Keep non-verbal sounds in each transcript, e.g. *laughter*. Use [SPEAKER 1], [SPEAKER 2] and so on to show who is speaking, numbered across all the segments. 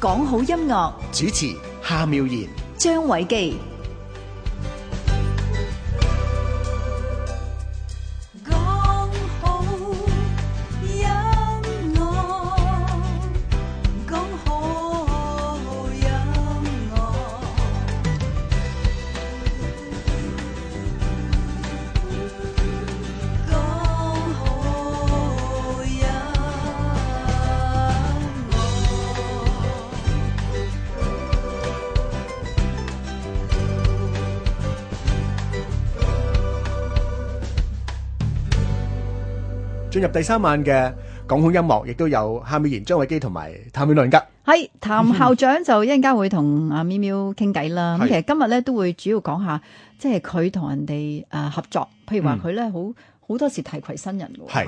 [SPEAKER 1] 講好音樂，
[SPEAKER 2] 主持夏妙然。
[SPEAKER 1] 張偉記。
[SPEAKER 3] 講好音樂，講好音樂。講好音樂。
[SPEAKER 2] 進入第三晚嘅講好音樂，亦都有夏妙然、張偉基同埋譚詠麟噶。
[SPEAKER 4] 係譚校長就一陣間會同阿喵喵傾偈啦。咁
[SPEAKER 2] 係
[SPEAKER 4] 其實今日咧都會主要講下，即係佢同人哋誒合作，譬如話佢咧好好多時提攜新人嘅喎。
[SPEAKER 2] 嗯係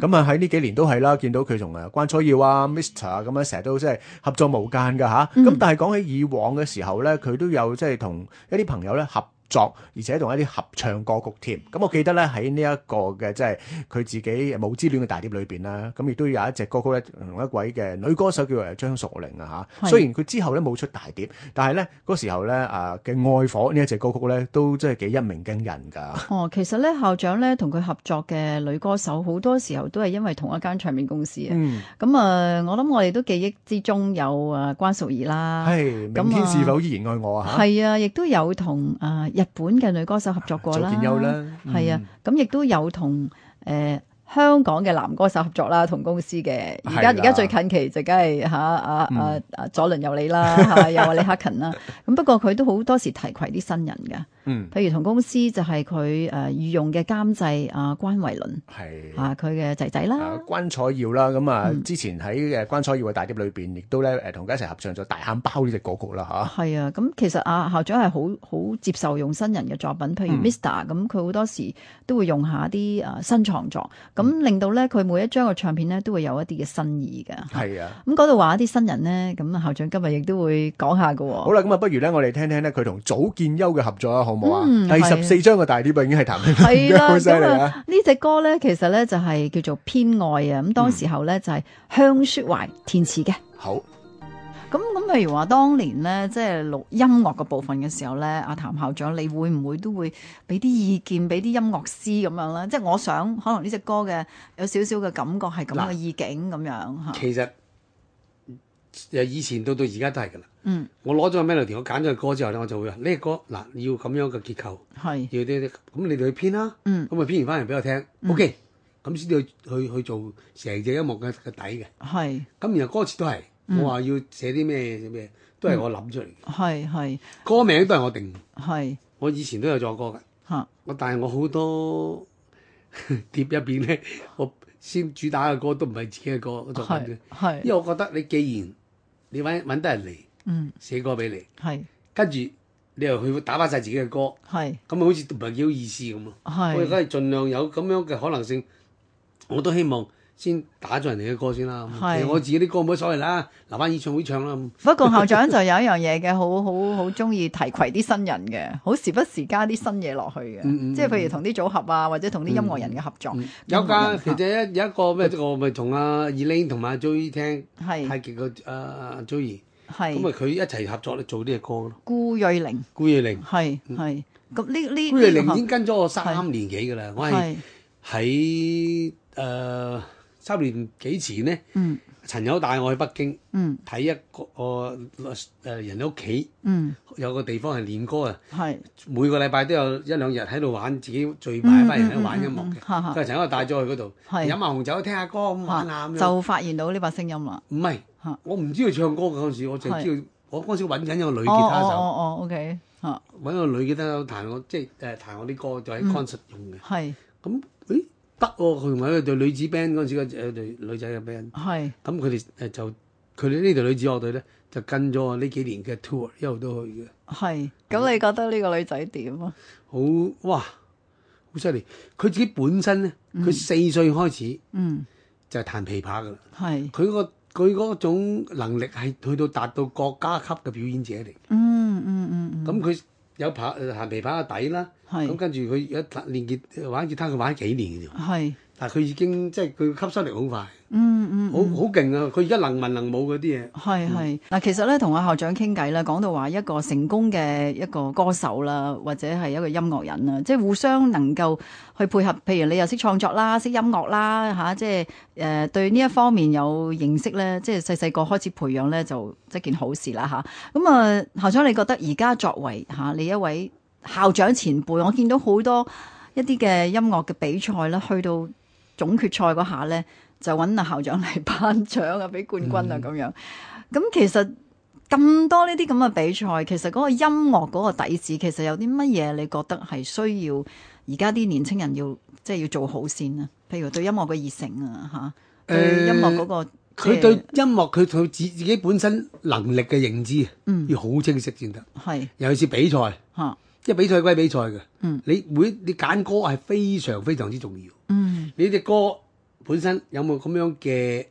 [SPEAKER 4] 嚇
[SPEAKER 2] 咁啊喺呢幾年都係啦，見到佢同誒關楚耀啊、Mr 啊咁樣成日都即係合作無間㗎吓。咁、但係講起以往嘅時候咧，佢都有即係同一啲朋友咧合。作，而且同一啲合唱歌曲添。咁我記得咧喺呢一個嘅即係佢自己《舞之戀》嘅大碟裏邊啦，咁亦都有一隻歌曲咧，同一位嘅女歌手叫誒張淑玲啊嚇。
[SPEAKER 4] 係
[SPEAKER 2] 雖然佢之後咧冇出大碟，但係咧嗰時候咧啊嘅《愛火》呢一隻歌曲咧，都真係幾一鳴驚人㗎。
[SPEAKER 4] 哦，其實咧校長咧同佢合作嘅女歌手好多時候都係因為同一間唱片公司嘅。
[SPEAKER 2] 嗯，
[SPEAKER 4] 咁啊、我諗我哋都記憶之中有啊關淑怡啦，
[SPEAKER 2] 係明天是否依然愛我啊？嚇
[SPEAKER 4] 係啊，亦都有同啊、日本嘅女歌手合作過啦，
[SPEAKER 2] 早見優啦，
[SPEAKER 4] 係啊，咁亦都有同誒、呃香港嘅男歌手合作啦，同公司嘅。而家
[SPEAKER 2] 係啦嗯
[SPEAKER 4] 而家最近期就梗係嚇啊啊啊左麟右李啦， *laughs* 嚇又話李克
[SPEAKER 2] *laughs*
[SPEAKER 4] 勤啦。咁不過佢都好多時提攜啲新人㗎，
[SPEAKER 2] 嗯，
[SPEAKER 4] 譬如同公司就係佢誒御用嘅監製啊關維倫
[SPEAKER 2] 係。
[SPEAKER 4] 啊，佢嘅仔仔啦
[SPEAKER 2] 嗯啊，，關楚耀啦，咁啊，之前喺誒關楚耀嘅大碟裏邊，亦都咧誒同佢一齊合唱咗《大喊包》呢隻歌曲啦嚇。
[SPEAKER 4] 係啊，咁其實啊校長係好好接受用新人嘅作品，譬如
[SPEAKER 2] 嗯
[SPEAKER 4] Mr. 咁，佢好多時都會用下啲啊新創作，
[SPEAKER 2] 嗯
[SPEAKER 4] 咁令到咧佢每一張嘅唱片咧都會有一啲嘅新意㗎。
[SPEAKER 2] 係啊，
[SPEAKER 4] 咁嗰度話一啲新人咧，咁校長今日亦都會講下嘅喎、
[SPEAKER 2] 好啦，咁啊，不如咧，我哋聽聽咧佢同早見優嘅合作啊，好唔好啊？
[SPEAKER 4] 嗯
[SPEAKER 2] 第
[SPEAKER 4] 係啊
[SPEAKER 2] 十四張嘅大碟啊，已經係譚詠麟
[SPEAKER 4] 係
[SPEAKER 2] 嘅，
[SPEAKER 4] 啦，
[SPEAKER 2] 好犀利
[SPEAKER 4] 咁
[SPEAKER 2] 啊！
[SPEAKER 4] 啊呢只歌咧，其實咧就係、叫做偏愛啊。咁
[SPEAKER 2] 嗯
[SPEAKER 4] 當時候咧就係、向雪懷填詞嘅。
[SPEAKER 2] 好，
[SPEAKER 4] 咁咁譬如話，當年咧即係錄音樂嘅部分嘅時候咧，阿譚校長，你會唔會都會俾啲意見，俾啲音樂師咁樣咧？即係我想可能呢只歌嘅有少少嘅感覺係咁嘅意境咁樣嚇。
[SPEAKER 5] 其實由以前到到而家都係㗎啦。
[SPEAKER 4] 嗯，
[SPEAKER 5] 我攞咗個 melody，我揀咗個歌之後咧，我就會話呢、個歌嗱要咁樣嘅結構，
[SPEAKER 4] 係
[SPEAKER 5] 要啲啲咁你哋去編啦。
[SPEAKER 4] 嗯
[SPEAKER 5] 咁咪編完翻嚟俾我聽。OK，咁先至去去去做成隻音樂嘅嘅底嘅。
[SPEAKER 4] 係
[SPEAKER 5] 咁然後歌詞都係我話要寫啲咩寫咩，都係我諗出嚟嘅。
[SPEAKER 4] 嗯係係
[SPEAKER 5] 歌名都係我定，
[SPEAKER 4] 係
[SPEAKER 5] 我以前都有作歌㗎。
[SPEAKER 4] 嚇
[SPEAKER 5] 我但係我好多 *laughs* 碟入邊咧，我先主打嘅歌都唔係自己嘅歌我作品
[SPEAKER 4] 係
[SPEAKER 5] 嘅。因
[SPEAKER 4] 係
[SPEAKER 5] 為我覺得你既然你揾揾得人嚟
[SPEAKER 4] 嗯
[SPEAKER 5] 寫歌俾你，
[SPEAKER 4] 係
[SPEAKER 5] 跟住你又去打翻晒自己嘅歌，
[SPEAKER 4] 係
[SPEAKER 5] 咁好似唔係幾好意思咁咯。我而
[SPEAKER 4] 係
[SPEAKER 5] 家係盡量有咁樣嘅可能性，我都希望先打咗人哋嘅歌先啦。啊
[SPEAKER 4] 係啊
[SPEAKER 5] 其實我自己啲歌冇乜所謂啦，留翻演唱會唱啦。咁
[SPEAKER 4] 不過校長就有一樣嘢嘅，好好好中意提攜啲新人嘅，好時不時加啲新嘢落去嘅，
[SPEAKER 5] 嗯嗯嗯
[SPEAKER 4] 即係譬如同啲組合啊，或者同啲音樂人嘅合作。
[SPEAKER 5] 有
[SPEAKER 4] 音樂人
[SPEAKER 5] 㗎，其實一有一個
[SPEAKER 4] *laughs*
[SPEAKER 5] 咩，我咪同阿 Elaine 同埋阿 Joey 聽太
[SPEAKER 4] 係
[SPEAKER 5] 極個阿 Joey，咁
[SPEAKER 4] 係
[SPEAKER 5] 啊佢一齊合作咧做呢隻歌咯。
[SPEAKER 4] 顧瑞玲，
[SPEAKER 5] 顧月玲，
[SPEAKER 4] 係係咁呢呢
[SPEAKER 5] 嗯顧月玲
[SPEAKER 4] 呢
[SPEAKER 5] 已
[SPEAKER 4] 個
[SPEAKER 5] 經跟咗我三年幾㗎啦。我係
[SPEAKER 4] 係
[SPEAKER 5] 喺誒三年幾前咧，
[SPEAKER 4] 嗯
[SPEAKER 5] 陳友帶我去北京
[SPEAKER 4] 嗯
[SPEAKER 5] 睇一個誒、呃人哋屋企
[SPEAKER 4] 嗯
[SPEAKER 5] 有個地方係練歌啊，
[SPEAKER 4] 係
[SPEAKER 5] 每個禮拜都有一兩日喺度玩，自己聚埋一班人喺度玩音樂
[SPEAKER 4] 嗯嗯嗯
[SPEAKER 5] 嘅。
[SPEAKER 4] 哈哈
[SPEAKER 5] 佢係陳友帶咗去嗰度
[SPEAKER 4] 係
[SPEAKER 5] 飲下紅酒，聽下歌咁玩下咁樣。
[SPEAKER 4] 就發現到呢把聲音啦。
[SPEAKER 5] 唔係
[SPEAKER 4] 嚇，
[SPEAKER 5] 我唔知佢唱歌嘅嗰陣時，我淨係知道我嗰陣時揾緊一個女吉
[SPEAKER 4] 哦
[SPEAKER 5] 他
[SPEAKER 4] 哦
[SPEAKER 5] 手，
[SPEAKER 4] 哦哦，OK 嚇
[SPEAKER 5] 揾個女吉他手彈我即係誒彈我啲歌，就喺 concert 用嘅。
[SPEAKER 4] 係
[SPEAKER 5] 咁誒得喎，佢同埋佢對女子 band 嗰陣時嘅誒對女仔嘅 band，
[SPEAKER 4] 係
[SPEAKER 5] 咁佢哋誒就佢哋呢隊女子樂隊咧就跟咗我呢幾年嘅 tour 一路都去嘅，
[SPEAKER 4] 係。咁你覺得呢個女仔點啊？
[SPEAKER 5] 好哇，好犀利！佢自己本身咧，佢四歲開始
[SPEAKER 4] 嗯
[SPEAKER 5] 就係彈琵琶噶啦，
[SPEAKER 4] 係
[SPEAKER 5] 佢個佢嗰種能力係去到達到國家級嘅表演者嚟，
[SPEAKER 4] 嗯嗯嗯嗯
[SPEAKER 5] 咁佢有呃拍彈琵琶嘅底啦，
[SPEAKER 4] 係
[SPEAKER 5] 咁跟住佢一彈練吉玩吉他，佢玩咗幾年嘅啫。
[SPEAKER 4] 係
[SPEAKER 5] 但係佢已經即係佢吸收力好快，好
[SPEAKER 4] 嗯嗯。
[SPEAKER 5] 好勁啊！佢而家能文能武嗰啲嘢，
[SPEAKER 4] 係係嗱，其實咧同阿校長傾偈咧，講到話一個成功嘅一個歌手啦，或者係一個音樂人啊啦，即係互相能夠去配合。譬如你又識創作啦，識音樂啦，吓、即係誒、呃、對呢一方面有認識咧，即係細細個開始培養咧，就一件好事啦吓，咁啊、校長你覺得而家作為吓、你一位校長前輩，我見到好多一啲嘅音樂嘅比賽啦，去到總決賽嗰下咧，就揾阿校長嚟頒獎啊，俾冠軍啊咁
[SPEAKER 5] 嗯
[SPEAKER 4] 樣。咁其實咁多呢啲咁嘅比賽，其實嗰個音樂嗰個底子，其實有啲乜嘢你覺得係需要而家啲年青人要即係要做好先啊？譬如對音樂嘅熱誠啊，嚇、對
[SPEAKER 5] 誒
[SPEAKER 4] 音樂嗰、個
[SPEAKER 5] 佢
[SPEAKER 4] 即係
[SPEAKER 5] 對音樂佢佢自自己本身能力嘅認知啊
[SPEAKER 4] 嗯
[SPEAKER 5] 要好清晰先得，
[SPEAKER 4] 係
[SPEAKER 5] 尤其是比賽，
[SPEAKER 4] 嚇
[SPEAKER 5] 因為比賽歸比賽嘅，
[SPEAKER 4] 嗯
[SPEAKER 5] 你每你揀歌係非常非常之重要。
[SPEAKER 4] 嗯
[SPEAKER 5] 你只歌本身有冇咁樣嘅誒、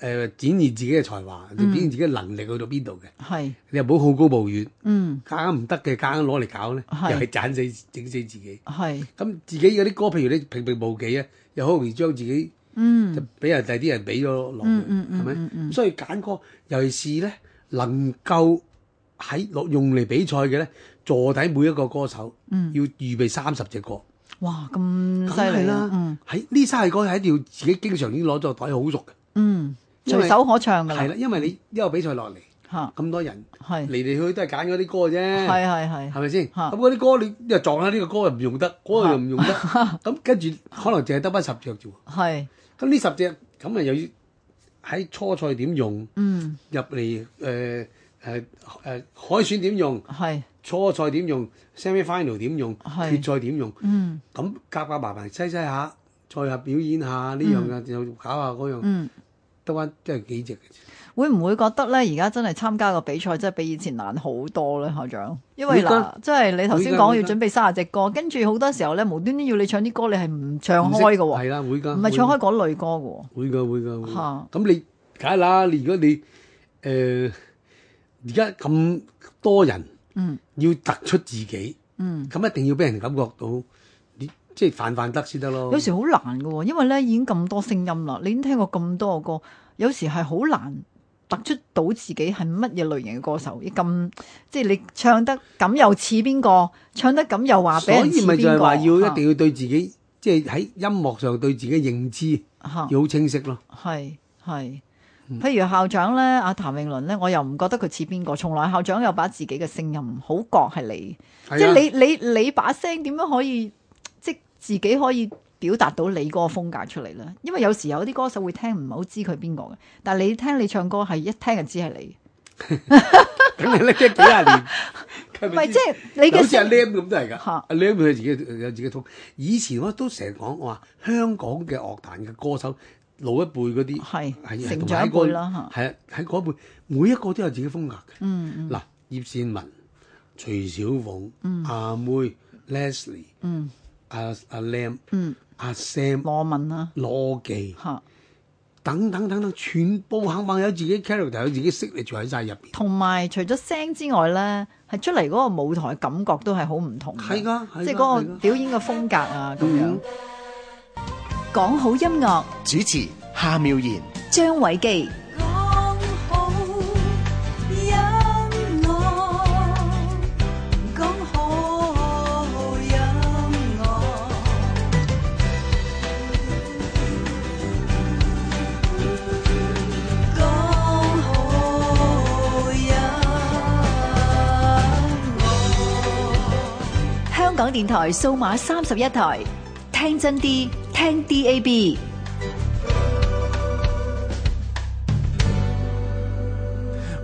[SPEAKER 5] 呃展現自己嘅才
[SPEAKER 4] 嗯
[SPEAKER 5] 華，展現自己嘅能力去到邊度嘅？
[SPEAKER 4] 係
[SPEAKER 5] 你又唔好好高骛遠，
[SPEAKER 4] 嗯
[SPEAKER 5] 夾硬唔得嘅，夾硬攞嚟搞咧，
[SPEAKER 4] 係
[SPEAKER 5] 又係斬死整死自己。
[SPEAKER 4] 係
[SPEAKER 5] 咁自己嗰啲歌，譬如你平平無奇啊，又好容易將自己
[SPEAKER 4] 嗯
[SPEAKER 5] 就俾人第啲人俾咗落去，
[SPEAKER 4] 嗯嗯嗯
[SPEAKER 5] 係咪？
[SPEAKER 4] 嗯嗯
[SPEAKER 5] 所以揀歌，尤其是咧能夠喺落用嚟比賽嘅咧，坐底每一個歌手、
[SPEAKER 4] 嗯
[SPEAKER 5] 要預備三十隻歌。
[SPEAKER 4] 哇咁犀
[SPEAKER 5] 梗係
[SPEAKER 4] 利
[SPEAKER 5] 啦
[SPEAKER 4] 啦嗯，
[SPEAKER 5] 喺呢三隻歌係一定要自己經常已經攞咗袋好熟嘅，
[SPEAKER 4] 嗯
[SPEAKER 5] 因為
[SPEAKER 4] 隨手可唱㗎
[SPEAKER 5] 係啦，
[SPEAKER 4] 啦
[SPEAKER 5] 因為你一個比賽落嚟
[SPEAKER 4] 嚇
[SPEAKER 5] 咁多人
[SPEAKER 4] 係啊係
[SPEAKER 5] 嚟嚟去去都係揀嗰啲歌啫，係
[SPEAKER 4] 係係
[SPEAKER 5] 咪先？
[SPEAKER 4] 嚇
[SPEAKER 5] 咁嗰啲歌你又撞下呢個歌又唔用得，嗰個
[SPEAKER 4] 嚇
[SPEAKER 5] 又
[SPEAKER 4] *laughs*
[SPEAKER 5] 唔用得，咁跟住可能淨係得翻十隻啫喎。
[SPEAKER 4] 係
[SPEAKER 5] 咁呢十隻咁啊又要喺初賽點用，
[SPEAKER 4] 嗯
[SPEAKER 5] 入嚟誒誒誒海選點用，
[SPEAKER 4] 係
[SPEAKER 5] 初賽點用，semi final 點用，
[SPEAKER 4] 係
[SPEAKER 5] 決賽點用。
[SPEAKER 4] 嗯
[SPEAKER 5] 咁夾夾埋埋，擠擠下，再合表演下呢樣啊，又搞下嗰樣，
[SPEAKER 4] 嗯。
[SPEAKER 5] 得翻即係幾隻嘅啫。
[SPEAKER 4] 會唔會覺得咧？而家真係參加個比賽，真係比以前難好多咧，校長。因為
[SPEAKER 5] 會㗎
[SPEAKER 4] 嗱，即係你頭先
[SPEAKER 5] 會㗎
[SPEAKER 4] 講
[SPEAKER 5] 會
[SPEAKER 4] 要
[SPEAKER 5] 㗎
[SPEAKER 4] 準備三十隻歌，跟住好多時候咧，無端端要你唱啲歌，你係唔唱開嘅喎，
[SPEAKER 5] 係啦，會㗎。
[SPEAKER 4] 唔係
[SPEAKER 5] 會
[SPEAKER 4] 唱
[SPEAKER 5] 㗎
[SPEAKER 4] 開嗰類歌嘅喎。
[SPEAKER 5] 會㗎會㗎會
[SPEAKER 4] 嚇
[SPEAKER 5] 㗎。咁你梗係啦，你如果你誒而家咁多人
[SPEAKER 4] 嗯
[SPEAKER 5] 要突出自己，
[SPEAKER 4] 嗯，
[SPEAKER 5] 咁一定要俾人感覺到你即係泛泛得先得咯。
[SPEAKER 4] 有時好難嘅喎，因為咧已經咁多聲音啦，你已經聽過咁多個歌，有時係好難突出到自己係乜嘢類型嘅歌手，亦咁即係你唱得咁又似邊個，唱得咁又話俾
[SPEAKER 5] 所
[SPEAKER 4] 人似
[SPEAKER 5] 以咪就係
[SPEAKER 4] 邊
[SPEAKER 5] 話
[SPEAKER 4] 個，啊
[SPEAKER 5] 要一定要對自己，即係喺音樂上對自己認知
[SPEAKER 4] 嚇嚇
[SPEAKER 5] 要好嗯清晰咯。
[SPEAKER 4] 係係，譬如校長咧，阿譚詠麟咧，我又唔覺得佢似邊個，從來校長有把自己嘅聲音，好覺係你，即
[SPEAKER 5] 係
[SPEAKER 4] 係
[SPEAKER 5] 啊
[SPEAKER 4] 你你你把聲點樣可以即係自己可以表達到你嗰個風格出嚟咧？因為有時有啲歌手會聽唔係好知佢邊個嘅，但係你聽你唱歌係一聽就知係你，
[SPEAKER 5] 梗係叻咗幾廿年， *laughs* 係
[SPEAKER 4] 唔
[SPEAKER 5] 咪
[SPEAKER 4] 係
[SPEAKER 5] 先啊
[SPEAKER 4] 即係你
[SPEAKER 5] 好
[SPEAKER 4] 嘅
[SPEAKER 5] 似阿
[SPEAKER 4] 聲
[SPEAKER 5] Lam 咁都係㗎，
[SPEAKER 4] 嚇
[SPEAKER 5] 阿 Lam 佢自己有自己通。以前我都成日講，我話香港嘅樂壇嘅歌手老一輩嗰啲
[SPEAKER 4] 係
[SPEAKER 5] 係
[SPEAKER 4] 成
[SPEAKER 5] 同
[SPEAKER 4] 長
[SPEAKER 5] 埋
[SPEAKER 4] 一
[SPEAKER 5] 喺嗰
[SPEAKER 4] 輩啦
[SPEAKER 5] 係啊喺嗰一輩每一個都有自己風格嘅。
[SPEAKER 4] 嗯嗯
[SPEAKER 5] 嗱，葉倩文、徐小鳳、阿妹、Leslie、
[SPEAKER 4] 嗯
[SPEAKER 5] 阿阿 Lam、
[SPEAKER 4] 嗯，
[SPEAKER 5] 阿 Sam、
[SPEAKER 4] 羅文啦
[SPEAKER 5] 羅技。
[SPEAKER 4] 嚇，
[SPEAKER 5] 等等等等，全部肯肯有自己 character，有自己 signature 喺晒入邊。
[SPEAKER 4] 同埋除咗聲之外咧，係出嚟嗰個舞台感覺都係好唔同嘅。
[SPEAKER 5] 係㗎，係㗎
[SPEAKER 4] 即係嗰
[SPEAKER 5] 係
[SPEAKER 4] 個
[SPEAKER 5] 㗎
[SPEAKER 4] 表演嘅風格啊咁樣
[SPEAKER 5] 嗯。
[SPEAKER 4] 講好音樂，
[SPEAKER 2] 主持夏妙然。
[SPEAKER 4] 張偉記
[SPEAKER 3] 講好音樂，講好音樂。講好音樂。
[SPEAKER 4] 香港電台數碼三十一台，聽真啲，聽 DAB。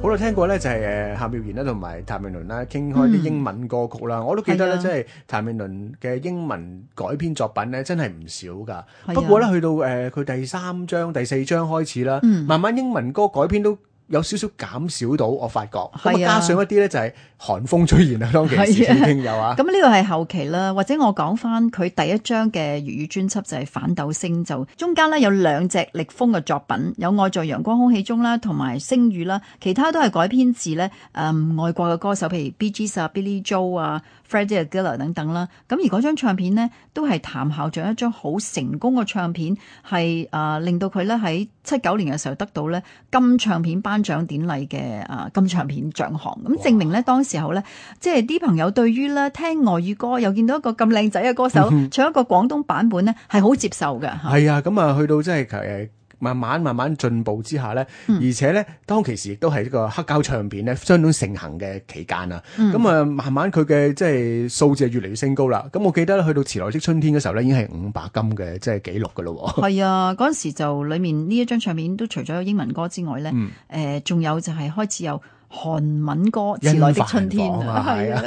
[SPEAKER 2] 好啦，聽過咧就係誒夏妙然啦，同埋譚詠麟啦，傾開啲英文歌曲啦，我都記得咧，即係譚詠麟嘅英文改編作品咧，真係唔少呃㗎。不過咧，去到誒佢第三章、第四章開始啦，慢慢英文歌改編都有少少減少到，我發覺。咁啊，
[SPEAKER 4] 係啊
[SPEAKER 2] 加上一啲咧就係寒風出現啦，當其時
[SPEAKER 4] 係啊
[SPEAKER 2] 已經有啊
[SPEAKER 4] 咁。呢個係後期啦，或者我講翻佢第一張嘅粵語專輯就係、反斗星》，就中間咧有兩隻力風嘅作品，有《愛在陽光空氣中》啦，同埋《星語》啦，其他都係改編自咧誒、嗯外國嘅歌手，譬如 B G 啊、Billy Joe 啊、Freddie Aguilar 等等啦。咁而嗰張唱片呢，都係譚校長一張好成功嘅唱片，係誒、啊令到佢咧喺七九年嘅時候得到咧金唱片頒獎典禮嘅啊金唱片獎項，咁證明咧當時候咧。即係啲朋友對於咧聽外語歌又見到一個咁靚仔嘅歌手唱一個廣東版本咧，係好接受嘅嚇。
[SPEAKER 2] 係啊，咁啊，去到即係誒。慢慢慢慢進步之下咧，而且咧當其時亦都係呢個黑膠唱片咧相當盛行嘅期間啊。咁啊、慢慢佢嘅即係數字係越嚟越升高啦。咁我記得咧去到《遲來的春天》嘅時候咧，已經係五百金嘅即係紀錄嘅咯
[SPEAKER 4] 係啊，嗰陣時就裡面呢一張唱片都除咗有英文歌之外咧，誒、
[SPEAKER 2] 嗯
[SPEAKER 4] 仲有就係開始有韓文歌《
[SPEAKER 2] 因
[SPEAKER 4] 遲來的春天》
[SPEAKER 2] 繁忙啊係啊
[SPEAKER 4] 啊。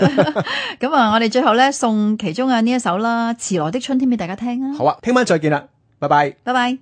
[SPEAKER 4] *laughs* 咁啊，我哋最後咧啊送其中嘅呢一首啦，《遲來的春天》俾大家聽
[SPEAKER 2] 喎。
[SPEAKER 4] 啊，
[SPEAKER 2] 好啊，聽晚再見啦，拜拜。
[SPEAKER 4] 拜拜。